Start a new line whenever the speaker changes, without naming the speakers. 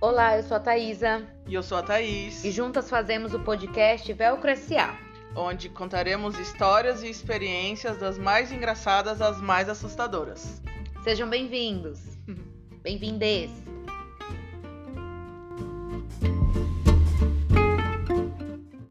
Olá, eu sou a Thaisa
E eu sou a Thaís,
e juntas fazemos o podcast Velcreciar.
onde contaremos histórias e experiências das mais engraçadas às mais assustadoras.
Sejam bem-vindos. Bem-vindes.